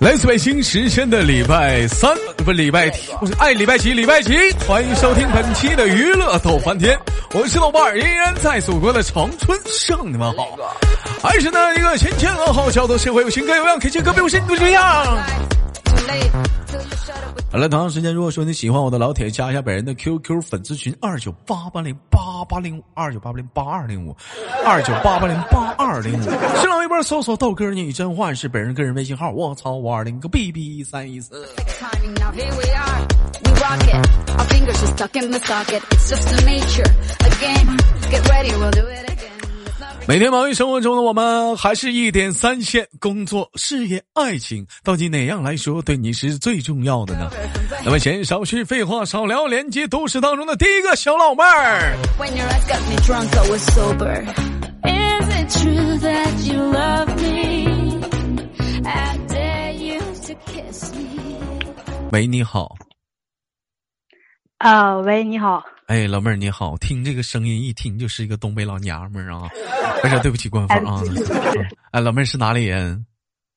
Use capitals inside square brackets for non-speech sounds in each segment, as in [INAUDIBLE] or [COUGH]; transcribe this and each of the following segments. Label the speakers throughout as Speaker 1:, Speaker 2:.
Speaker 1: 来自北京时间的礼拜三，不礼拜天，我是爱礼拜几礼拜几，欢迎收听本期的娱乐逗翻天，我是豆瓣儿，依然在祖国的长春向你们好，还是那一个千千万好笑的社会有情歌有样，可见歌有深度这样。好了，同呃样时间，如果说你喜欢我的老铁，加一下本人的 QQ 粉丝群二九八八零八八零五二九八八零八二零五二九八八零八二零五，新浪微博搜索豆哥你真坏是本人个人微信号，我操五二零个 B B 一三一四。
Speaker 2: timing. Now here we are, we rock it. Our fingers are stuck in the socket. It's just the nature, a game. Get ready, we'll do it again. It's not
Speaker 1: 每天忙于生活中的我们，还是一点三线：工作、事业、爱情，到底哪样来说对你是最重要的呢？那么，闲少叙废话，少聊，连接都市当中的第一个小老妹儿。
Speaker 2: When your eyes got me drunk, I was sober. Is it true that you love me? I dare you to kiss me.
Speaker 1: 喂，你好，
Speaker 3: 啊，喂，你好，
Speaker 1: 哎，老妹儿你好，听这个声音一听就是一个东北老娘们儿啊。哎呀，对不起，官方啊。哎，老妹儿是哪里人？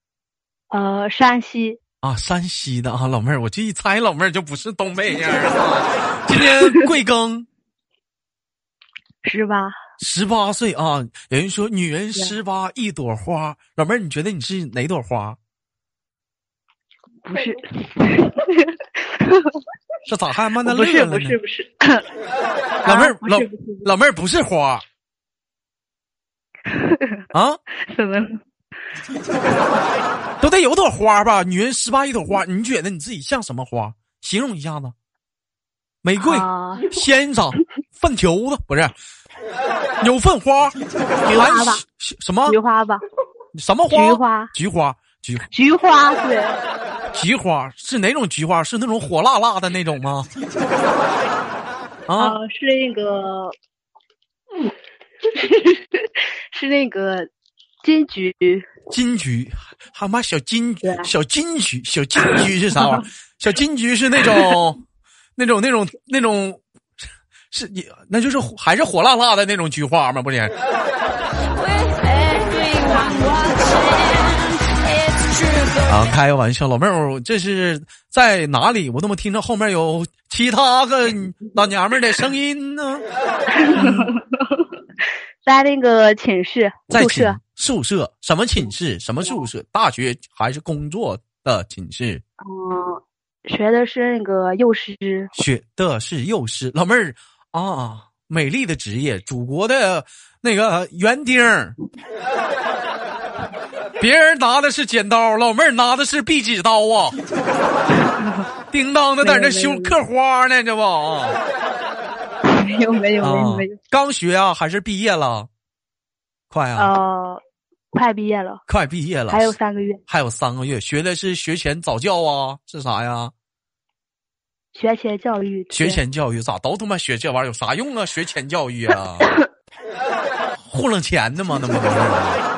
Speaker 3: [LAUGHS] 呃，山西，
Speaker 1: 啊，山西的啊，老妹儿，我这一猜，老妹儿就不是东北人儿啊。今年贵庚？
Speaker 3: 十八，
Speaker 1: 十八岁啊，有人说女人十八一朵花，老妹儿，你觉得你是哪朵花？
Speaker 3: 不是， [LAUGHS]
Speaker 1: 这咋还慢的
Speaker 3: 不
Speaker 1: 乐
Speaker 3: 是，
Speaker 1: 了呢？
Speaker 3: 不是，不是，
Speaker 1: [LAUGHS] 老妹儿
Speaker 3: 啊，不
Speaker 1: 老
Speaker 3: 是，不是，
Speaker 1: 老妹儿不是
Speaker 3: [LAUGHS]
Speaker 1: 花啊，
Speaker 3: 怎么了？
Speaker 1: 都得有朵花吧？女人十八一朵花，你觉得你自己像什么花？形容一下子，玫瑰、
Speaker 3: 啊，
Speaker 1: 仙长、粪球子不是，有粪花、兰
Speaker 3: 花吧
Speaker 1: 什么
Speaker 3: 菊花吧，
Speaker 1: 什么
Speaker 3: 菊花
Speaker 1: 菊花、菊花、
Speaker 3: 菊花对，
Speaker 1: 啊菊花是哪种菊花？是那种火辣辣的那种吗？啊，
Speaker 3: 啊，是那个，是那个金桔，
Speaker 1: 金桔，还妈小金
Speaker 3: 对啊
Speaker 1: 小金桔，小金桔是啥玩意儿？小金桔是那种那种那种那种。是你，那就是火还是火辣辣的那种菊花吗？不是，
Speaker 2: With everyone watching, it's true. Go
Speaker 1: 啊，开个玩笑，老妹儿，我这是在哪里？我怎么听着后面有其他个老娘们儿的声音呢？
Speaker 3: 在那个寝室
Speaker 1: 在
Speaker 3: 宿
Speaker 1: 寝
Speaker 3: 舍
Speaker 1: 宿舍什么寝室？什么宿舍？大学还是工作的寝室？
Speaker 3: 嗯，学的是那个幼师， [LAUGHS]
Speaker 1: 学的是幼师，老妹儿啊，美丽的职业，祖国的那个园丁儿。别人拿的是剪刀，老妹儿拿的是壁纸刀啊！
Speaker 3: [LAUGHS]
Speaker 1: 叮当的在那修刻花呢，这不啊？
Speaker 3: 没有，没有，没有，没有，
Speaker 1: 刚学啊，还是毕业了？快啊，
Speaker 3: 呃，快毕业了，
Speaker 1: 快毕业了，
Speaker 3: 还有三个月，
Speaker 1: 还有三个月，学的是学前早教啊，是啥呀？
Speaker 3: 学前教育，
Speaker 1: 学
Speaker 3: 对
Speaker 1: 前教育咋都他妈学这玩意儿有啥用啊？学前教育 [LAUGHS] 啊，糊弄钱的嘛，那不都是？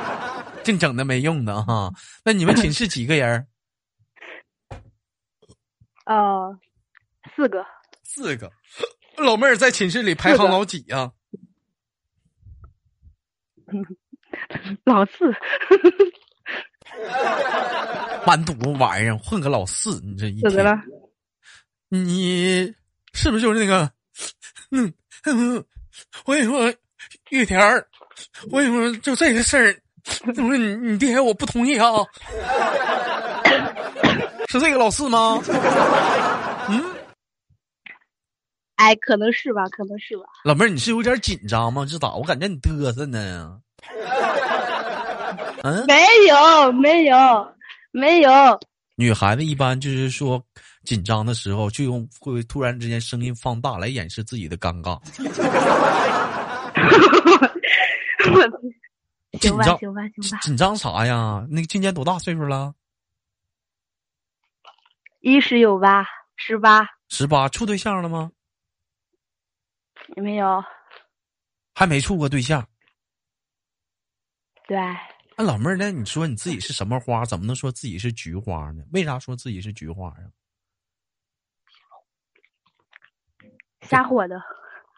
Speaker 1: 净整那没用的哈。那你们寝室几个人？
Speaker 3: 呃，四个，
Speaker 1: [LAUGHS] 四个。老妹儿在寝室里排行老几啊呀、
Speaker 3: 老四， [LAUGHS]
Speaker 1: 完犊子玩意儿，混个老四，你这一
Speaker 3: 怎么
Speaker 1: 天 [LAUGHS]
Speaker 3: 了？
Speaker 1: 你是不是就是那个？嗯嗯，我跟你说，玉田儿，我跟你说，就这个事儿，我说你你爹我不同意啊， [COUGHS] 是这个老四吗？
Speaker 3: 哎，可能是吧，可能是吧。
Speaker 1: 老妹儿，你是有点紧张吗？这咋？我感觉你嘚瑟呢。嗯，
Speaker 3: 没有，没有，没有。
Speaker 1: 女孩子一般就是说紧张的时候，就用会突然之间声音放大来掩饰自己的尴尬。紧
Speaker 3: 行吧，
Speaker 1: 张
Speaker 3: 行吧，行吧。
Speaker 1: 紧张啥呀？那个今年多大岁数了？
Speaker 3: 一十有八，十八
Speaker 1: 十八，处对象了吗？
Speaker 3: 没有。
Speaker 1: 还没处过对象。
Speaker 3: 对，
Speaker 1: 那老妹儿，那你说你自己是什么花？怎么能说自己是菊花呢？为啥说自己是菊花啊？
Speaker 3: 瞎火的。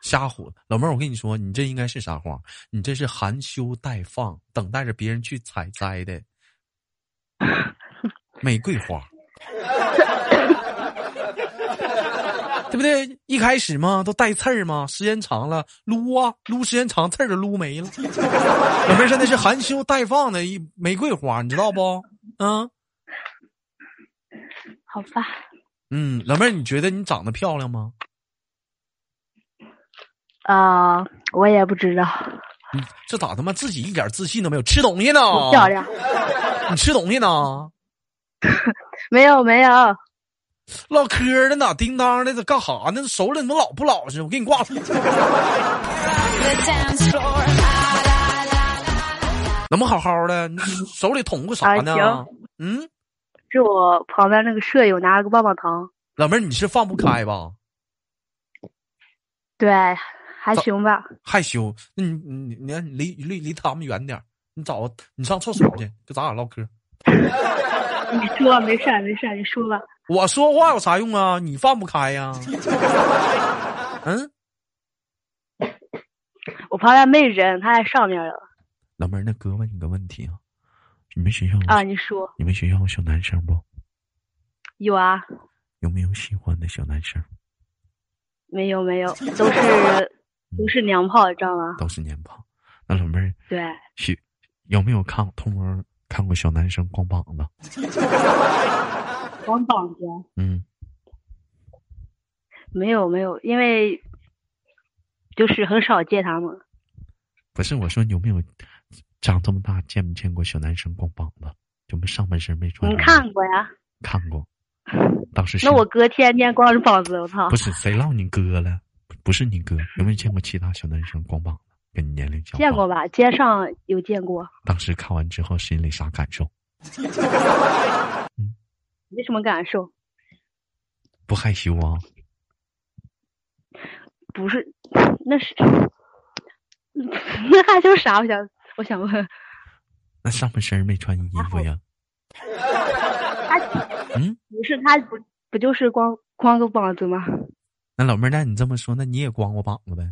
Speaker 1: 瞎火，老妹儿，我跟你说，你这应该是啥花？你这是含羞待放，等待着别人去采摘的玫瑰花， [COUGHS] 对不对？一开始嘛，都带刺儿嘛，时间长了撸啊撸，时间长刺儿就撸没了。 [LAUGHS] 老妹儿，现在是含羞待放的一玫瑰花，你知道不？嗯
Speaker 3: 好吧，
Speaker 1: 嗯，老妹儿，你觉得你长得漂亮吗？
Speaker 3: 啊、我也不知道，
Speaker 1: 你这咋他妈自己一点自信都没有？吃东西呢？
Speaker 3: 漂亮。
Speaker 1: 你吃东西呢？
Speaker 3: 没有没有，
Speaker 1: 唠嗑的呢，叮当的，这干哈呢？熟了怎么老不老实？我给你挂出去。
Speaker 4: The dance floor. La, la, la, la, la.
Speaker 1: [LAUGHS] 能不好好的？你手里捅过啥呢
Speaker 3: 啊行？
Speaker 1: 嗯，
Speaker 3: 是我旁边那个舍友拿了个棒棒糖，
Speaker 1: 老妹儿，你是放不开吧？
Speaker 3: 对，还
Speaker 1: 走
Speaker 3: 行吧。
Speaker 1: 害羞？那你你你你离离离他们远点儿你找你上厕所去，就咱俩唠嗑。
Speaker 3: 你说没事儿没事儿，你说吧。
Speaker 1: 我说话有啥用啊？你放不开 [LAUGHS] 呀、嗯，
Speaker 3: 我旁边没人，他在上面了
Speaker 1: 老妹儿，那哥问你个问题啊，你们学校有
Speaker 3: 啊。你说
Speaker 1: 你们学校有小男生不？
Speaker 3: 有啊？
Speaker 1: 有没有喜欢的小男生？
Speaker 3: 没有没有，都是都是娘炮，你知道吗？
Speaker 1: 都是年胖。那老妹儿，
Speaker 3: 对，
Speaker 1: 去，有没有看偷摸看过小男生光膀子？
Speaker 3: 光膀子。
Speaker 1: 嗯，
Speaker 3: 没有没有，因为就是很少见他们。
Speaker 1: 不是，我说你有没有长这么大见没见过小男生光膀子？就没上半身没穿
Speaker 3: 你
Speaker 1: 衣服。
Speaker 3: 看过呀？
Speaker 1: 看过，当时
Speaker 3: 那
Speaker 1: 谁
Speaker 3: 我哥天天光着膀子，我操
Speaker 1: 不！是谁唠你哥了？不不是你哥，有没有见过其他小男生光膀子？跟你年龄相
Speaker 3: 见
Speaker 1: 仿
Speaker 3: 过。吧？街上有见过，
Speaker 1: 当时看完之后心里啥感受？
Speaker 3: 没什么感受。
Speaker 1: 不害羞啊？
Speaker 3: 不是，那是 [LAUGHS] 那还羞啥？我想我想问，
Speaker 1: 那上半身没穿衣服呀？
Speaker 3: 他
Speaker 1: 嗯，
Speaker 3: 不是他不不就是光光个膀子吗？
Speaker 1: 那老妹儿，那你这么说，那你也光过膀
Speaker 3: 哎
Speaker 1: 子呗？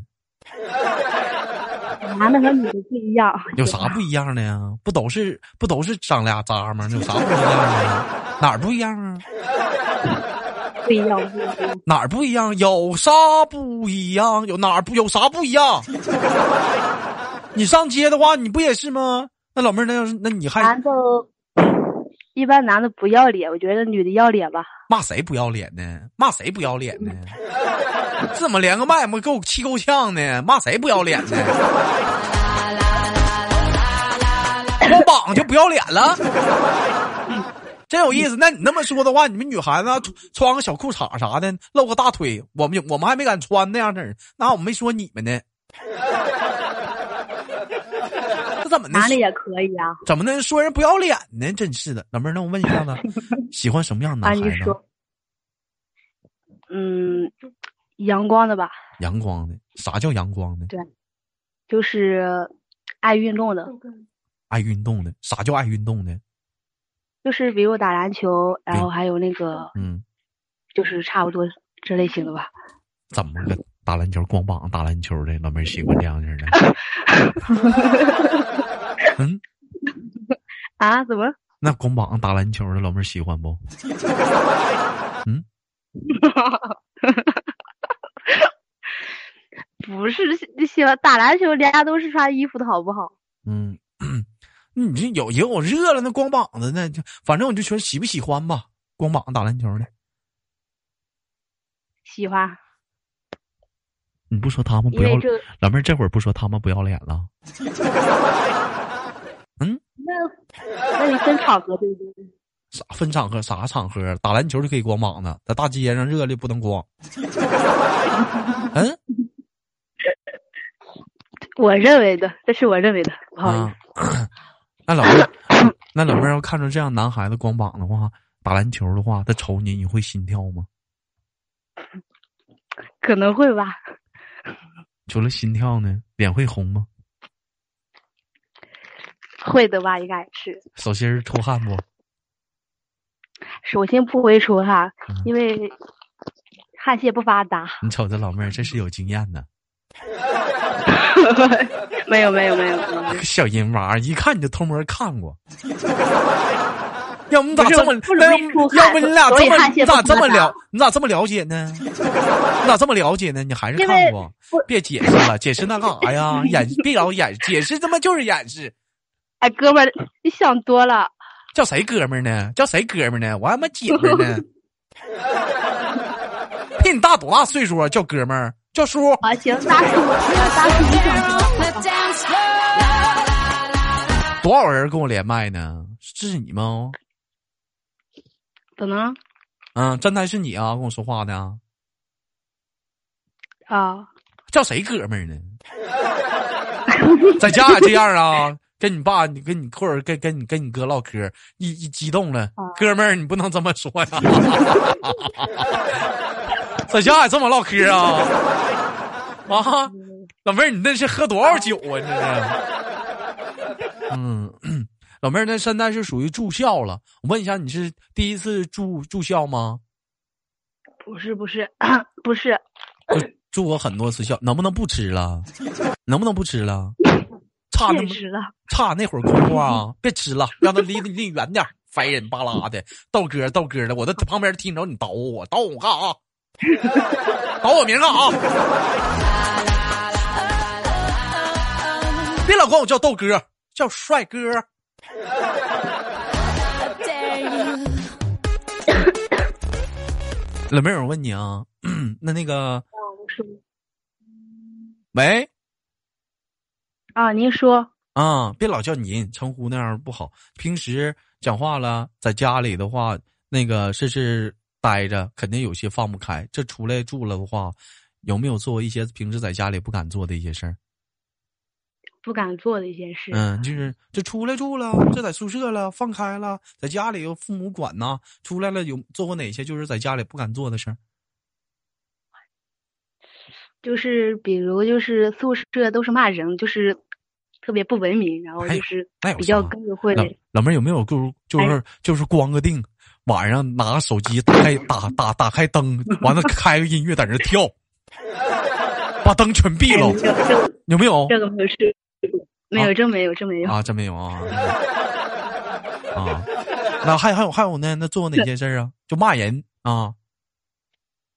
Speaker 3: 男的和女的不一样。
Speaker 1: 有啥不一样的呀？不都是不都是长俩渣吗？有啥不一样的呀？哪儿不一样啊？
Speaker 3: 不一样？不一样。
Speaker 1: 哪儿不一样？有啥不一样？有哪儿不有啥不一样？ [LAUGHS] 你上街的话，你不也是吗？那老妹儿，那要是那你还
Speaker 3: 男的一般男的不要脸，我觉得女的要脸吧。
Speaker 1: 骂谁不要脸呢？骂谁不要脸呢？这怎么连个麦没给我气够呛呢？骂谁不要脸呢？光膀就不要脸了，真有意思。那你那么说的话，你们女孩子啊穿穿个小裤衩啥的，露个大腿，我们就我们还没敢穿那样式儿，那我们没说你们呢。这怎么能
Speaker 3: 男的也可以啊。
Speaker 1: 怎么能说人不要脸呢？真是的，老妹儿，那我问一下子，喜欢什么样的
Speaker 3: 啊，
Speaker 1: 男
Speaker 3: 你
Speaker 1: 孩子？
Speaker 3: 说，嗯，阳光的吧，
Speaker 1: 阳光的，啥叫阳光的？
Speaker 3: 就是爱运动的，
Speaker 1: 爱运动的，啥叫爱运动的？
Speaker 3: 就是比如打篮球，然后还有那个
Speaker 1: 嗯，
Speaker 3: 就是差不多这类型的吧。
Speaker 1: 怎么个打篮球光膀打篮球的老妹儿喜欢这样式
Speaker 3: [LAUGHS]
Speaker 1: 的？嗯，
Speaker 3: [LAUGHS] 啊？怎么？
Speaker 1: 那光膀打篮球的老妹儿喜欢不？
Speaker 3: 不是喜喜欢打篮球，人家都是穿衣服的好不好？
Speaker 1: 嗯，你这有有我热了，那光膀子那就反正我就说喜不喜欢吧，光膀打篮球的，
Speaker 3: 喜欢，
Speaker 1: 你不说他们
Speaker 3: 因
Speaker 1: 不要
Speaker 3: 为这
Speaker 1: 老妹儿这会儿不说他们不要脸了？
Speaker 3: 那那你分场合对不对？
Speaker 1: 啥分场合啥场合？打篮球就可以光膀子，在大街上热烈不能
Speaker 3: [LAUGHS]
Speaker 1: 光。嗯，
Speaker 3: 我认为的，这是我认为的，不好意思。
Speaker 1: 啊，
Speaker 3: [COUGHS]
Speaker 1: 那老妹儿，那老妹儿要看着这样男孩子光膀的话，打篮球的话，他瞅你，你会心跳吗？
Speaker 3: 可能会吧，
Speaker 1: 除了心跳呢，脸会红吗？
Speaker 3: 会的吧，应该是。
Speaker 1: 手心儿出汗不？
Speaker 3: 首先不会出汗，
Speaker 1: 嗯
Speaker 3: 因为汗腺不发
Speaker 1: [LAUGHS]
Speaker 3: 达。
Speaker 1: 你瞅这老妹儿，真是有经验呢。
Speaker 3: 没有没有没有，没有
Speaker 1: [LAUGHS] 小淫娃儿，一看你就偷摸看
Speaker 3: [LAUGHS]
Speaker 1: 过。要不你咋
Speaker 3: 不是
Speaker 1: 这么？
Speaker 3: 不容
Speaker 1: 要
Speaker 3: 易出
Speaker 1: 不
Speaker 3: 汗
Speaker 1: 要不你俩这
Speaker 3: 所以
Speaker 1: 么？
Speaker 3: 汗
Speaker 1: 你
Speaker 3: 腺
Speaker 1: 咋
Speaker 3: 不
Speaker 1: 这么
Speaker 3: 发达
Speaker 1: 了？你咋这么了解呢？你咋这么了解呢？你还是
Speaker 3: 因
Speaker 1: 看
Speaker 3: 为
Speaker 1: 过
Speaker 3: 我？
Speaker 1: 别解释了，解释那干啥呀？掩别老掩，解释他妈就是掩饰。
Speaker 3: 哎，哥们儿，你想多了。
Speaker 1: 叫谁哥们儿呢？叫谁哥们儿呢？我还他妈姐们儿呢。比你大多大岁数啊？叫哥们儿，叫叔。
Speaker 3: 啊，行，大叔，大叔，你想多了。
Speaker 1: 多少人跟我连麦呢？这是你吗？
Speaker 3: 怎么了？
Speaker 1: 嗯，站台是你啊，跟我说话的啊。
Speaker 3: 啊，
Speaker 1: 叫谁哥们儿呢？在家也这样啊，跟你爸、你跟你或者跟跟你跟你哥唠嗑，一一激动了，哥们儿，你不能这么说呀，在家也这么唠嗑啊？啊，老妹儿，你那是喝多少酒啊？你这是，嗯。老妹儿，那现在是属于住校了。我问一下，你是第一次住住校吗？
Speaker 3: 不是不是 [CLEARS THROAT] 不
Speaker 1: 啊
Speaker 3: 是，
Speaker 1: [LAUGHS] 住过很多次校，能不能不吃了？能不能不吃了？差那
Speaker 3: 现
Speaker 1: 么
Speaker 3: 实了。
Speaker 1: 差那会儿功夫啊，别吃了，让他离离你远点儿，烦人巴拉的，豆哥豆哥的，我在旁边听着你捣我，捣我干啥？ [LAUGHS] 捣我名干啊啥？别老管我叫豆哥，叫帅哥。老妹儿，我问你啊， [CLEARS THROAT] 那那个
Speaker 3: 我说
Speaker 1: 喂
Speaker 3: 啊，您说
Speaker 1: 啊，别老叫您称呼那样不好。平时讲话了，在家里的话，那个是是待着，肯定有些放不开。这出来住了的话，有没有做一些平时在家里不敢做的一些事儿？
Speaker 3: 不敢做的一件事。
Speaker 1: 嗯，就是这出来住了，这在宿舍了，放开了，在家里有父母管呐。出来了有做过哪些就是在家里不敢做的事儿？
Speaker 3: 就是比如就是宿舍都是骂人，就是特别不文明，然后
Speaker 1: 哎
Speaker 3: 就是
Speaker 1: 那有
Speaker 3: 比较
Speaker 1: 啥
Speaker 3: 跟着会哎
Speaker 1: 老老妹儿有没有就是就是、就是光个腚，晚上拿个手机打开打打打开灯，完了开个音乐在那跳，把灯全闭了，
Speaker 3: 哎这这
Speaker 1: 有没有？
Speaker 3: 这个没有试过，没有，真没有，真没有。
Speaker 1: 啊，真没有啊。啊，那还还有还有呢？那做过哪些事儿啊？就骂人啊！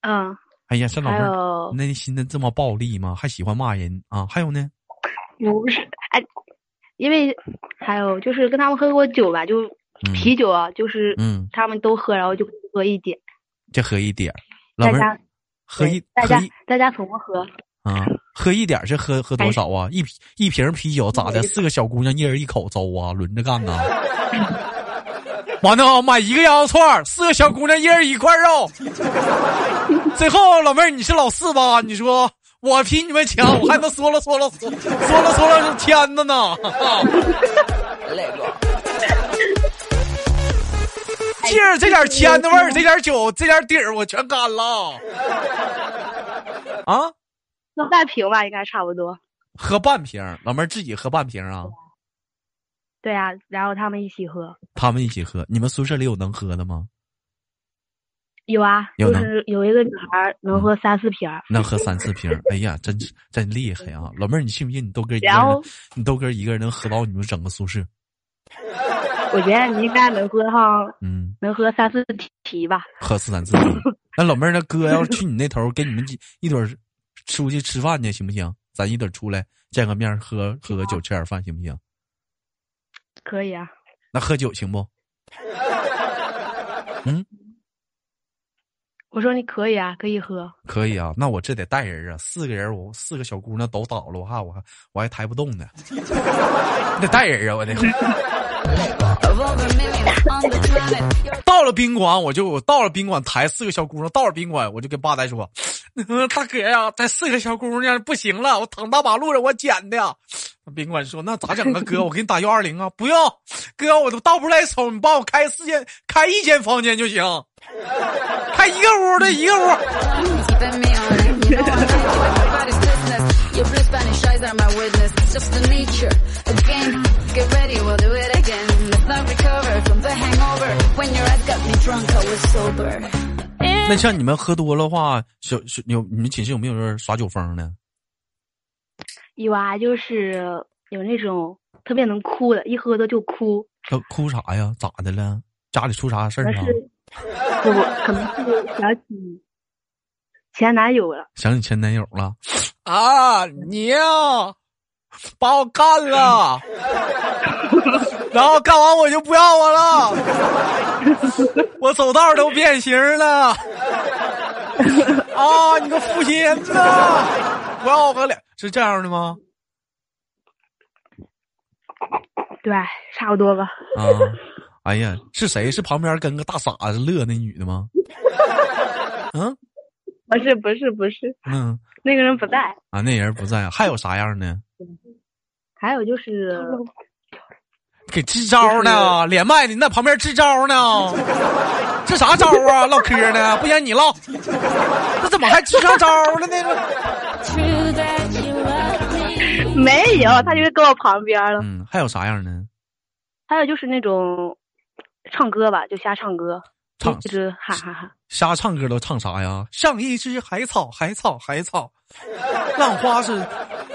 Speaker 3: 嗯，
Speaker 1: 哎呀，这老妹
Speaker 3: 还
Speaker 1: 儿，
Speaker 3: 有
Speaker 1: 那心的这么暴力吗？还喜欢骂人啊？还有呢？
Speaker 3: 不是哎，因为还有就是跟他们喝过酒吧，就
Speaker 1: 嗯
Speaker 3: 啤酒啊，就是
Speaker 1: 嗯，
Speaker 3: 他们都喝，然后就喝一点，
Speaker 1: 就喝一点儿，老
Speaker 3: 大
Speaker 1: 妹儿
Speaker 3: 家
Speaker 1: 喝一
Speaker 3: 对大
Speaker 1: 喝
Speaker 3: 家
Speaker 1: 一
Speaker 3: 大家怎么喝？
Speaker 1: 啊，喝一点儿是喝喝多少啊？一瓶一瓶啤酒咋的？四个小姑娘一人一口粥啊，轮着干呐。完了，哦买一个羊肉串儿，四个小姑娘一人一块肉。最后，老妹儿，你是老四吧？你说我比你们强，我还能嗦了嗦了嗦嗦了嗦了签子呢。借着这点签子味儿，这点酒，这点底儿，我全干了。啊，
Speaker 3: 那半瓶吧，应该差不多。
Speaker 1: 喝半瓶儿，老妹儿自己喝半瓶儿啊。
Speaker 3: 对啊，然后他们一起喝。
Speaker 1: 他们一起喝，你们宿舍里有能喝的吗？
Speaker 3: 有啊，
Speaker 1: 有
Speaker 3: 就
Speaker 1: 呢嗯
Speaker 3: 是有一个女孩儿能喝三四瓶儿，
Speaker 1: 能喝三四瓶儿，哎呀，真是真厉害啊！老妹儿，你信不信你豆哥一个
Speaker 3: 然
Speaker 1: 人
Speaker 3: 后，
Speaker 1: 你豆哥一个人能喝饱你们整个宿舍？
Speaker 3: 我觉得你应该能喝上，
Speaker 1: 嗯，
Speaker 3: 能喝三四提吧。
Speaker 1: 喝四三四瓶。那老妹儿，那哥要是去你那头儿跟你们一一堆儿出去吃饭去，行不行？咱一堆儿出来见个面儿，喝喝个酒，吃点儿饭，行不行？
Speaker 3: 可以啊，
Speaker 1: 那喝酒行不？嗯，
Speaker 3: 我说你可以啊，可以喝。
Speaker 1: 可以啊。那我这得带人啊，四个人，我四个小姑娘都倒了，我还我还我还抬不动呢， [LAUGHS] 得带人啊，我得。到了宾馆，我就我到了宾馆抬四个小姑娘，到了宾馆我就跟吧台说：“ [LAUGHS] 大哥呀、这四个小姑娘不行了，我躺大马路上我捡的呀。”宾馆说：“那咋整啊，哥？我给你打幺二零啊！不用，哥，我都倒不出来手，你帮我开四间，开一间房间就行，开一个屋的一个屋。
Speaker 2: Your blue Spanish eyes are my witness. It's just the nature. Again, get ready, well, the
Speaker 4: drunk, I was sober.
Speaker 1: 那像你们喝多了话，小小有你们寝室有没有人耍酒疯的？
Speaker 3: 有啊，就是有那种特别能哭的，一喝多就哭，
Speaker 1: 他哭啥呀？咋的了？家里出啥事
Speaker 3: 可
Speaker 1: 儿啊了
Speaker 3: 能是？不不， [LAUGHS] 可能是想起前男友了。
Speaker 1: 想你前男友了？啊，你呀、把我干了，然后干完我就不要我了，我走道都变形了。啊，你个负心人呐！不要我脸是这样的吗？
Speaker 3: 对，差不多吧。
Speaker 1: 啊，哎呀，是谁？是旁边跟个大傻子乐那女的 [LAUGHS] 吗？嗯
Speaker 3: 不是不是不是，
Speaker 1: 嗯
Speaker 3: 那个人不在。
Speaker 1: 啊，那人不在，还有啥样的？
Speaker 3: 还有就是，
Speaker 1: 给支招呢，连麦的你在旁边支招 [LAUGHS] 呢，这啥招啊？唠嗑呢？不嫌你唠，这怎么还支上招了呢？
Speaker 4: True that you love me.
Speaker 3: [LAUGHS] 没有，他就是跟我旁边了。
Speaker 1: 嗯，还有啥样的？
Speaker 3: 还有就是那种唱歌吧，就瞎唱歌，
Speaker 1: 唱
Speaker 3: 一直哈哈哈。
Speaker 1: 瞎唱歌都唱啥呀？像一只海草，海草，海草，浪花是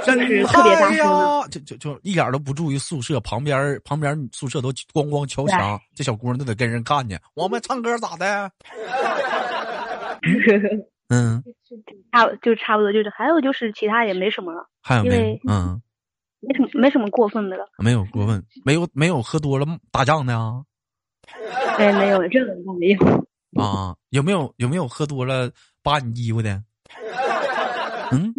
Speaker 3: 就是
Speaker 1: 人
Speaker 3: 特别
Speaker 1: 海
Speaker 3: 大声
Speaker 1: 呀！就就就一点都不注意宿舍旁边旁边宿舍都咣咣敲墙，这小姑娘都得跟人干去。我们唱歌咋的？ [LAUGHS] 嗯，
Speaker 3: 差就差不多就是，还有就是其他也没什么了，
Speaker 1: 还有
Speaker 3: 因
Speaker 1: 没有
Speaker 3: 为？
Speaker 1: 嗯，
Speaker 3: 没什么没什么过分的了。
Speaker 1: 没有过
Speaker 3: 嗯
Speaker 1: 问，没有没有喝多了打仗的啊。
Speaker 3: 哎，没有，这个倒没有。
Speaker 1: 啊，有没有有没有喝多了扒你衣服的？嗯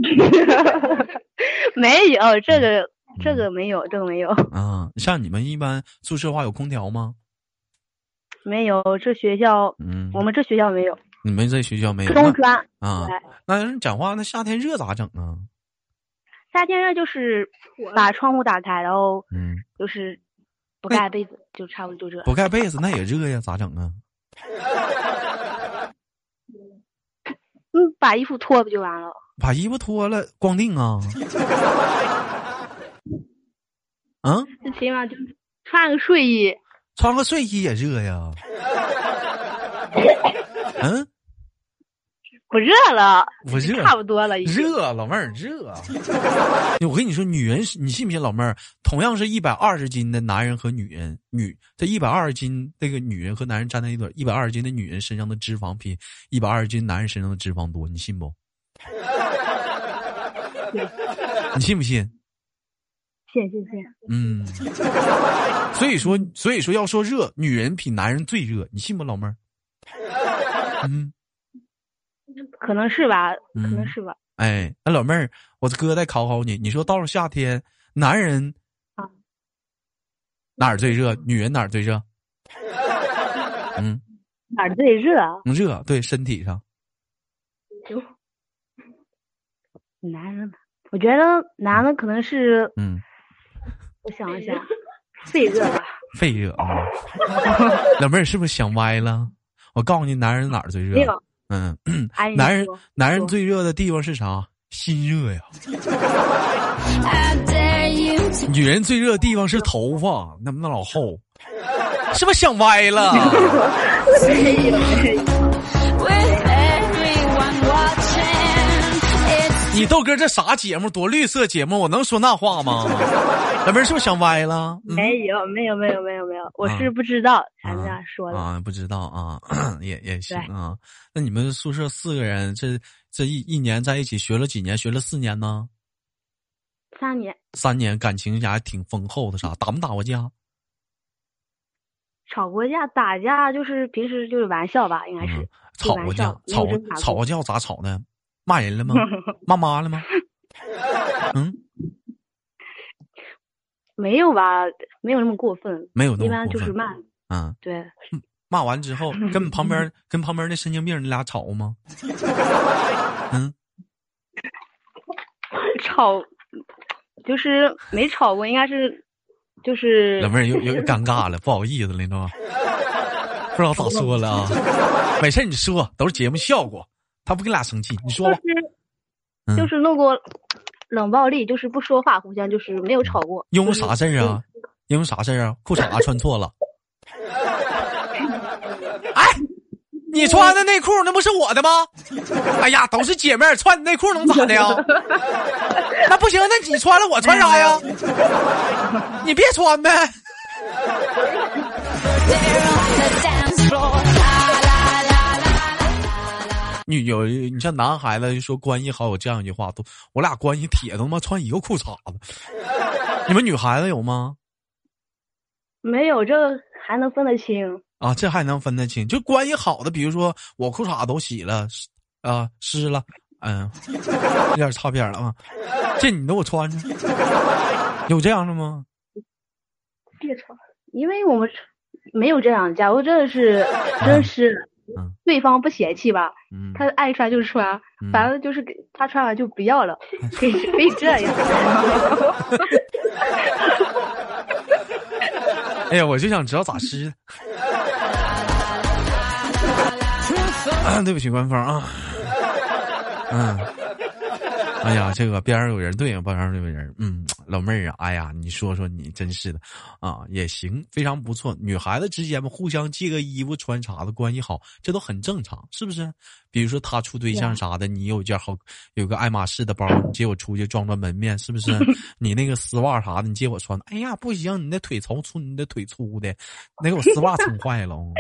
Speaker 3: [LAUGHS] 没有这个，这个没有，这个没有，
Speaker 1: 啊，像你们一般宿舍话有空调吗？
Speaker 3: 没有。这学校，
Speaker 1: 嗯，
Speaker 3: 我们这学校没有。
Speaker 1: 你们在学校没有
Speaker 3: 中
Speaker 1: 那
Speaker 3: 专，
Speaker 1: 啊？那人讲话，那夏天热咋整啊？
Speaker 3: 夏天热就是把窗户打开，然后
Speaker 1: 嗯，
Speaker 3: 就是不
Speaker 1: 那
Speaker 3: 盖被子，就差不多就这。
Speaker 1: 不盖被子那也热呀，咋整啊？
Speaker 3: 嗯，把衣服脱不就完了？
Speaker 1: 把衣服脱了光腚啊？ [LAUGHS] 啊，
Speaker 3: 最起码就穿个睡衣。
Speaker 1: 穿个睡衣也热呀？ [LAUGHS] 嗯，
Speaker 3: 不热了，
Speaker 1: 不热
Speaker 3: 差不多了，已经。
Speaker 1: 热，老妹儿热。 [LAUGHS] 我跟你说，女人是，你信不信？老妹儿，同样是一百二十斤的男人和女人，女这一百二十斤那个女人和男人站在一堆，一百二十斤的女人身上的脂肪比一百二十斤男人身上的脂肪多，你信不？你信不信？
Speaker 3: 谢谢谢。
Speaker 1: 嗯。所以说，所以说要说热，女人比男人最热，你信不，老妹儿？嗯。
Speaker 3: 可能是吧，
Speaker 1: 嗯
Speaker 3: 可能是吧。
Speaker 1: 哎，那老妹儿，我哥再考考你，你说到了夏天，男人
Speaker 3: 啊
Speaker 1: 哪儿最热？女人哪儿最
Speaker 3: [LAUGHS]
Speaker 1: 热？嗯，
Speaker 3: 哪儿最热啊？
Speaker 1: 热，对身体上，
Speaker 3: 男人吧，我觉得男的可能是，
Speaker 1: 嗯，
Speaker 3: 我想一下，最热吧。
Speaker 1: 肺热。
Speaker 3: [LAUGHS]
Speaker 1: 嗯老妹儿是不是想歪了？我告诉你，男人哪儿最热
Speaker 3: 没？有，
Speaker 1: 嗯，
Speaker 3: 哎，你
Speaker 1: 男人
Speaker 3: 说
Speaker 1: 男人
Speaker 3: 说
Speaker 1: 最热的地方是啥？心热呀。
Speaker 4: I dare you to
Speaker 1: 女人最热的地方是头发，那么那老厚，是不是想歪了？
Speaker 3: [LAUGHS]
Speaker 4: with everyone watching. It's
Speaker 1: 你豆哥这啥节目？多绿色节目，我能说那话
Speaker 3: [LAUGHS]
Speaker 1: 吗？老妹儿是不是想歪了？嗯、
Speaker 3: 没哎有，没有，没有，没有，没有，我
Speaker 1: 啊
Speaker 3: 是不知道才这样说的。
Speaker 1: 啊，不知道啊， [CLEARS THROAT] 也也行啊。那你们宿舍四个人，这这一一年在一起学了几年？学了四年呢？
Speaker 3: 三年
Speaker 1: 三年，感情也挺丰厚的，啥？打没打过架？
Speaker 3: 吵过架，打架就是平时就是玩笑吧，应该是
Speaker 1: 嗯。吵过架？吵
Speaker 3: 没有真打过
Speaker 1: 吵过架咋吵的？骂人了
Speaker 3: [LAUGHS]
Speaker 1: 吗？骂妈了吗？嗯，
Speaker 3: 没有吧？没有那么过分，
Speaker 1: 没有那
Speaker 3: 一
Speaker 1: 么
Speaker 3: 般
Speaker 1: 过
Speaker 3: 就是
Speaker 1: 分。
Speaker 3: 骂。
Speaker 1: 嗯，
Speaker 3: 对， [LAUGHS]
Speaker 1: 骂完之后跟旁边跟旁边那神经病你俩吵吗？嗯。
Speaker 3: 吵就是没吵过，应该是就是
Speaker 1: 老妹儿有有点尴尬了，不好意思了，你知道吗？不知道咋说了啊？没事儿，你说都是节目效果，他不跟俩生气，你说
Speaker 3: 就
Speaker 1: 吧。
Speaker 3: 是
Speaker 1: 嗯
Speaker 3: 就是弄过冷暴力，就是不说话，互相就是没有吵过。
Speaker 1: 因为
Speaker 3: 就是
Speaker 1: 嗯啥事儿啊
Speaker 3: [LAUGHS]
Speaker 1: 啊？因为啥事儿啊？裤衩穿错了。哎，你穿的内裤那不是我的吗？哎呀，都是姐妹儿穿你内裤能咋的呀？那不行，那你穿了我穿啥呀？你别穿呗。
Speaker 4: They're on the dance floor. La la la la la.
Speaker 1: 你有你像男孩子就说关系好有这样一句话，都我俩关系铁，他妈穿一个裤衩子。 [LAUGHS] 你们女孩子有吗？
Speaker 3: 没有这还能分得清？
Speaker 1: 啊，这还能分得清？就关系好的，比如说我裤衩都洗了，湿啊湿了，嗯，有点擦边了啊。这你都我穿着，有这样的吗？
Speaker 3: 别吵，因为我们没有这样。假如真的是，真是
Speaker 1: 嗯
Speaker 3: 对方不嫌弃吧，
Speaker 1: 嗯，
Speaker 3: 他爱穿就穿
Speaker 1: 嗯，
Speaker 3: 反正就是给他穿完就不要了，可
Speaker 1: [LAUGHS]
Speaker 3: 以可以这样。
Speaker 1: 哎呀，我就想知道咋湿的。 [CLEARS THROAT] 对不起，官方啊。嗯，哎呀，这个边上有人，对呀，边上有人。嗯，老妹儿啊，哎呀，你说说你，真是的啊，也行，非常不错。女孩子之间嘛，互相借个衣服穿啥的，关系好，这都很正常，是不是？比如说他处对象啥的，你有一件好，有个爱马仕的包，你借我出去装装门面，是不是？你那个丝袜啥的，你借我穿，哎呀，不行，你那腿长粗，你那腿粗的，那给我丝袜撑坏了，哦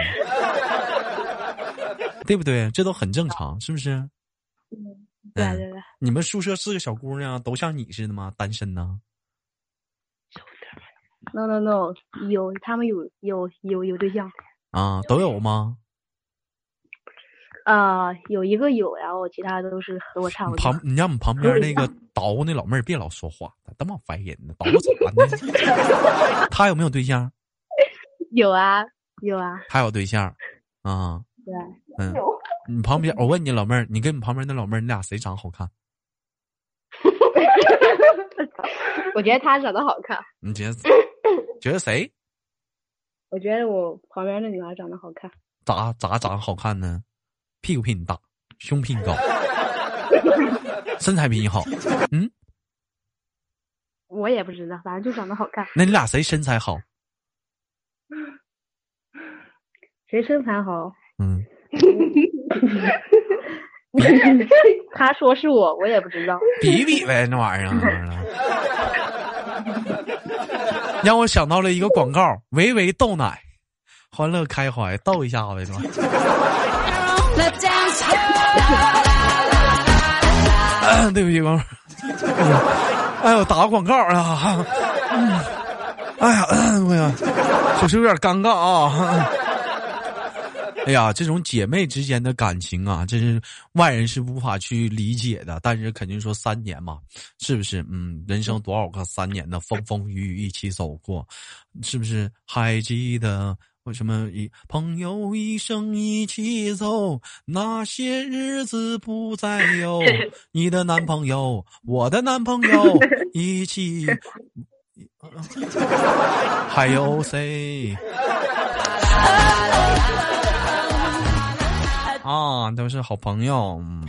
Speaker 1: 对不对？这都很正常，是不是？
Speaker 3: 对
Speaker 1: 嗯
Speaker 3: 对对，
Speaker 1: 你们宿舍四个小姑娘都像你似的吗？单身呢？
Speaker 3: no no no，有他们有有有有对象，
Speaker 1: 啊，都有吗？
Speaker 3: 啊，有一个有，然后其他都是和我差不
Speaker 1: 你
Speaker 3: 多
Speaker 1: 旁。你让我们旁边那个捣鼓那老妹儿别老说话，咋这么烦人呢？捣鼓咋呢？ [LAUGHS] 她有没有对象？
Speaker 3: 有啊有啊，
Speaker 1: 她有对象啊？
Speaker 3: 对，
Speaker 1: 嗯，你旁边我问你老妹儿，你跟你旁边那老妹儿，你俩谁长好看？
Speaker 3: 我觉得他长得好看，
Speaker 1: 你觉得觉得谁
Speaker 3: 我觉得我旁边那女孩长得好看，
Speaker 1: 咋咋长好看呢？屁股比你大，胸比你高，身材比你好。嗯，
Speaker 3: 我也不知道，反正就长得好看。
Speaker 1: 那你俩谁身材好？
Speaker 3: 谁身材好？ [LAUGHS]
Speaker 1: 嗯，
Speaker 3: 他说是我，我也不知道。
Speaker 1: [LAUGHS] 比一比呗，那玩意儿。让我想到了一个广告，维维豆奶，欢乐开怀，逗一下呗，是吧？
Speaker 4: The dance floor.
Speaker 1: [CLEARS THROAT] 对不起，哥们儿。哎呦，打个广告啊！哎呀， [CLEARS THROAT] 我呀，确实有点尴尬啊。 [CLEARS THROAT] 哎呀，这种姐妹之间的感情啊，真是外人是无法去理解的。但是肯定说三年嘛，是不是？嗯，人生多少个三年的风风雨雨一起走过，是不是？还记得为什么一朋友一生一起走，那些日子不再有。你的男朋友，我的男朋友，一起， [LAUGHS] 还有谁？啊，都是好朋友。嗯，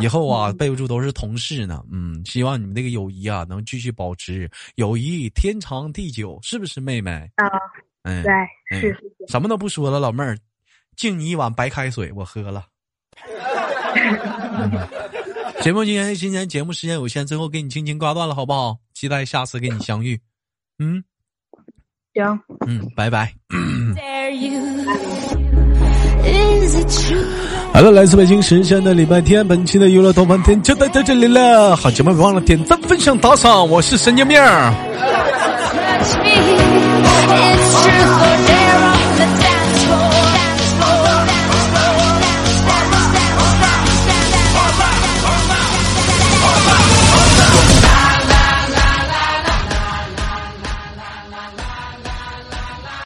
Speaker 1: 以后啊，备不住都是同事呢。嗯，希望你们这个友谊啊，能继续保持，友谊天长地久，是不是，妹妹？
Speaker 3: 啊，
Speaker 1: 嗯，
Speaker 3: 对，
Speaker 1: 嗯
Speaker 3: 是是
Speaker 1: 什么都不说了，老妹儿，敬你一碗白开水，我喝了。嗯节目今天今天节目时间有限，最后给你轻轻挂断了，好不好？期待下次跟你相遇。嗯
Speaker 3: 行。
Speaker 1: 嗯，拜拜。
Speaker 4: Dare you? Is it true?
Speaker 5: 好了，来自北京时间的礼拜天，本期的娱乐豆瓣天就到到这里了。好节目别忘了点赞、分享、打赏，我是神经病儿。
Speaker 4: Touch me.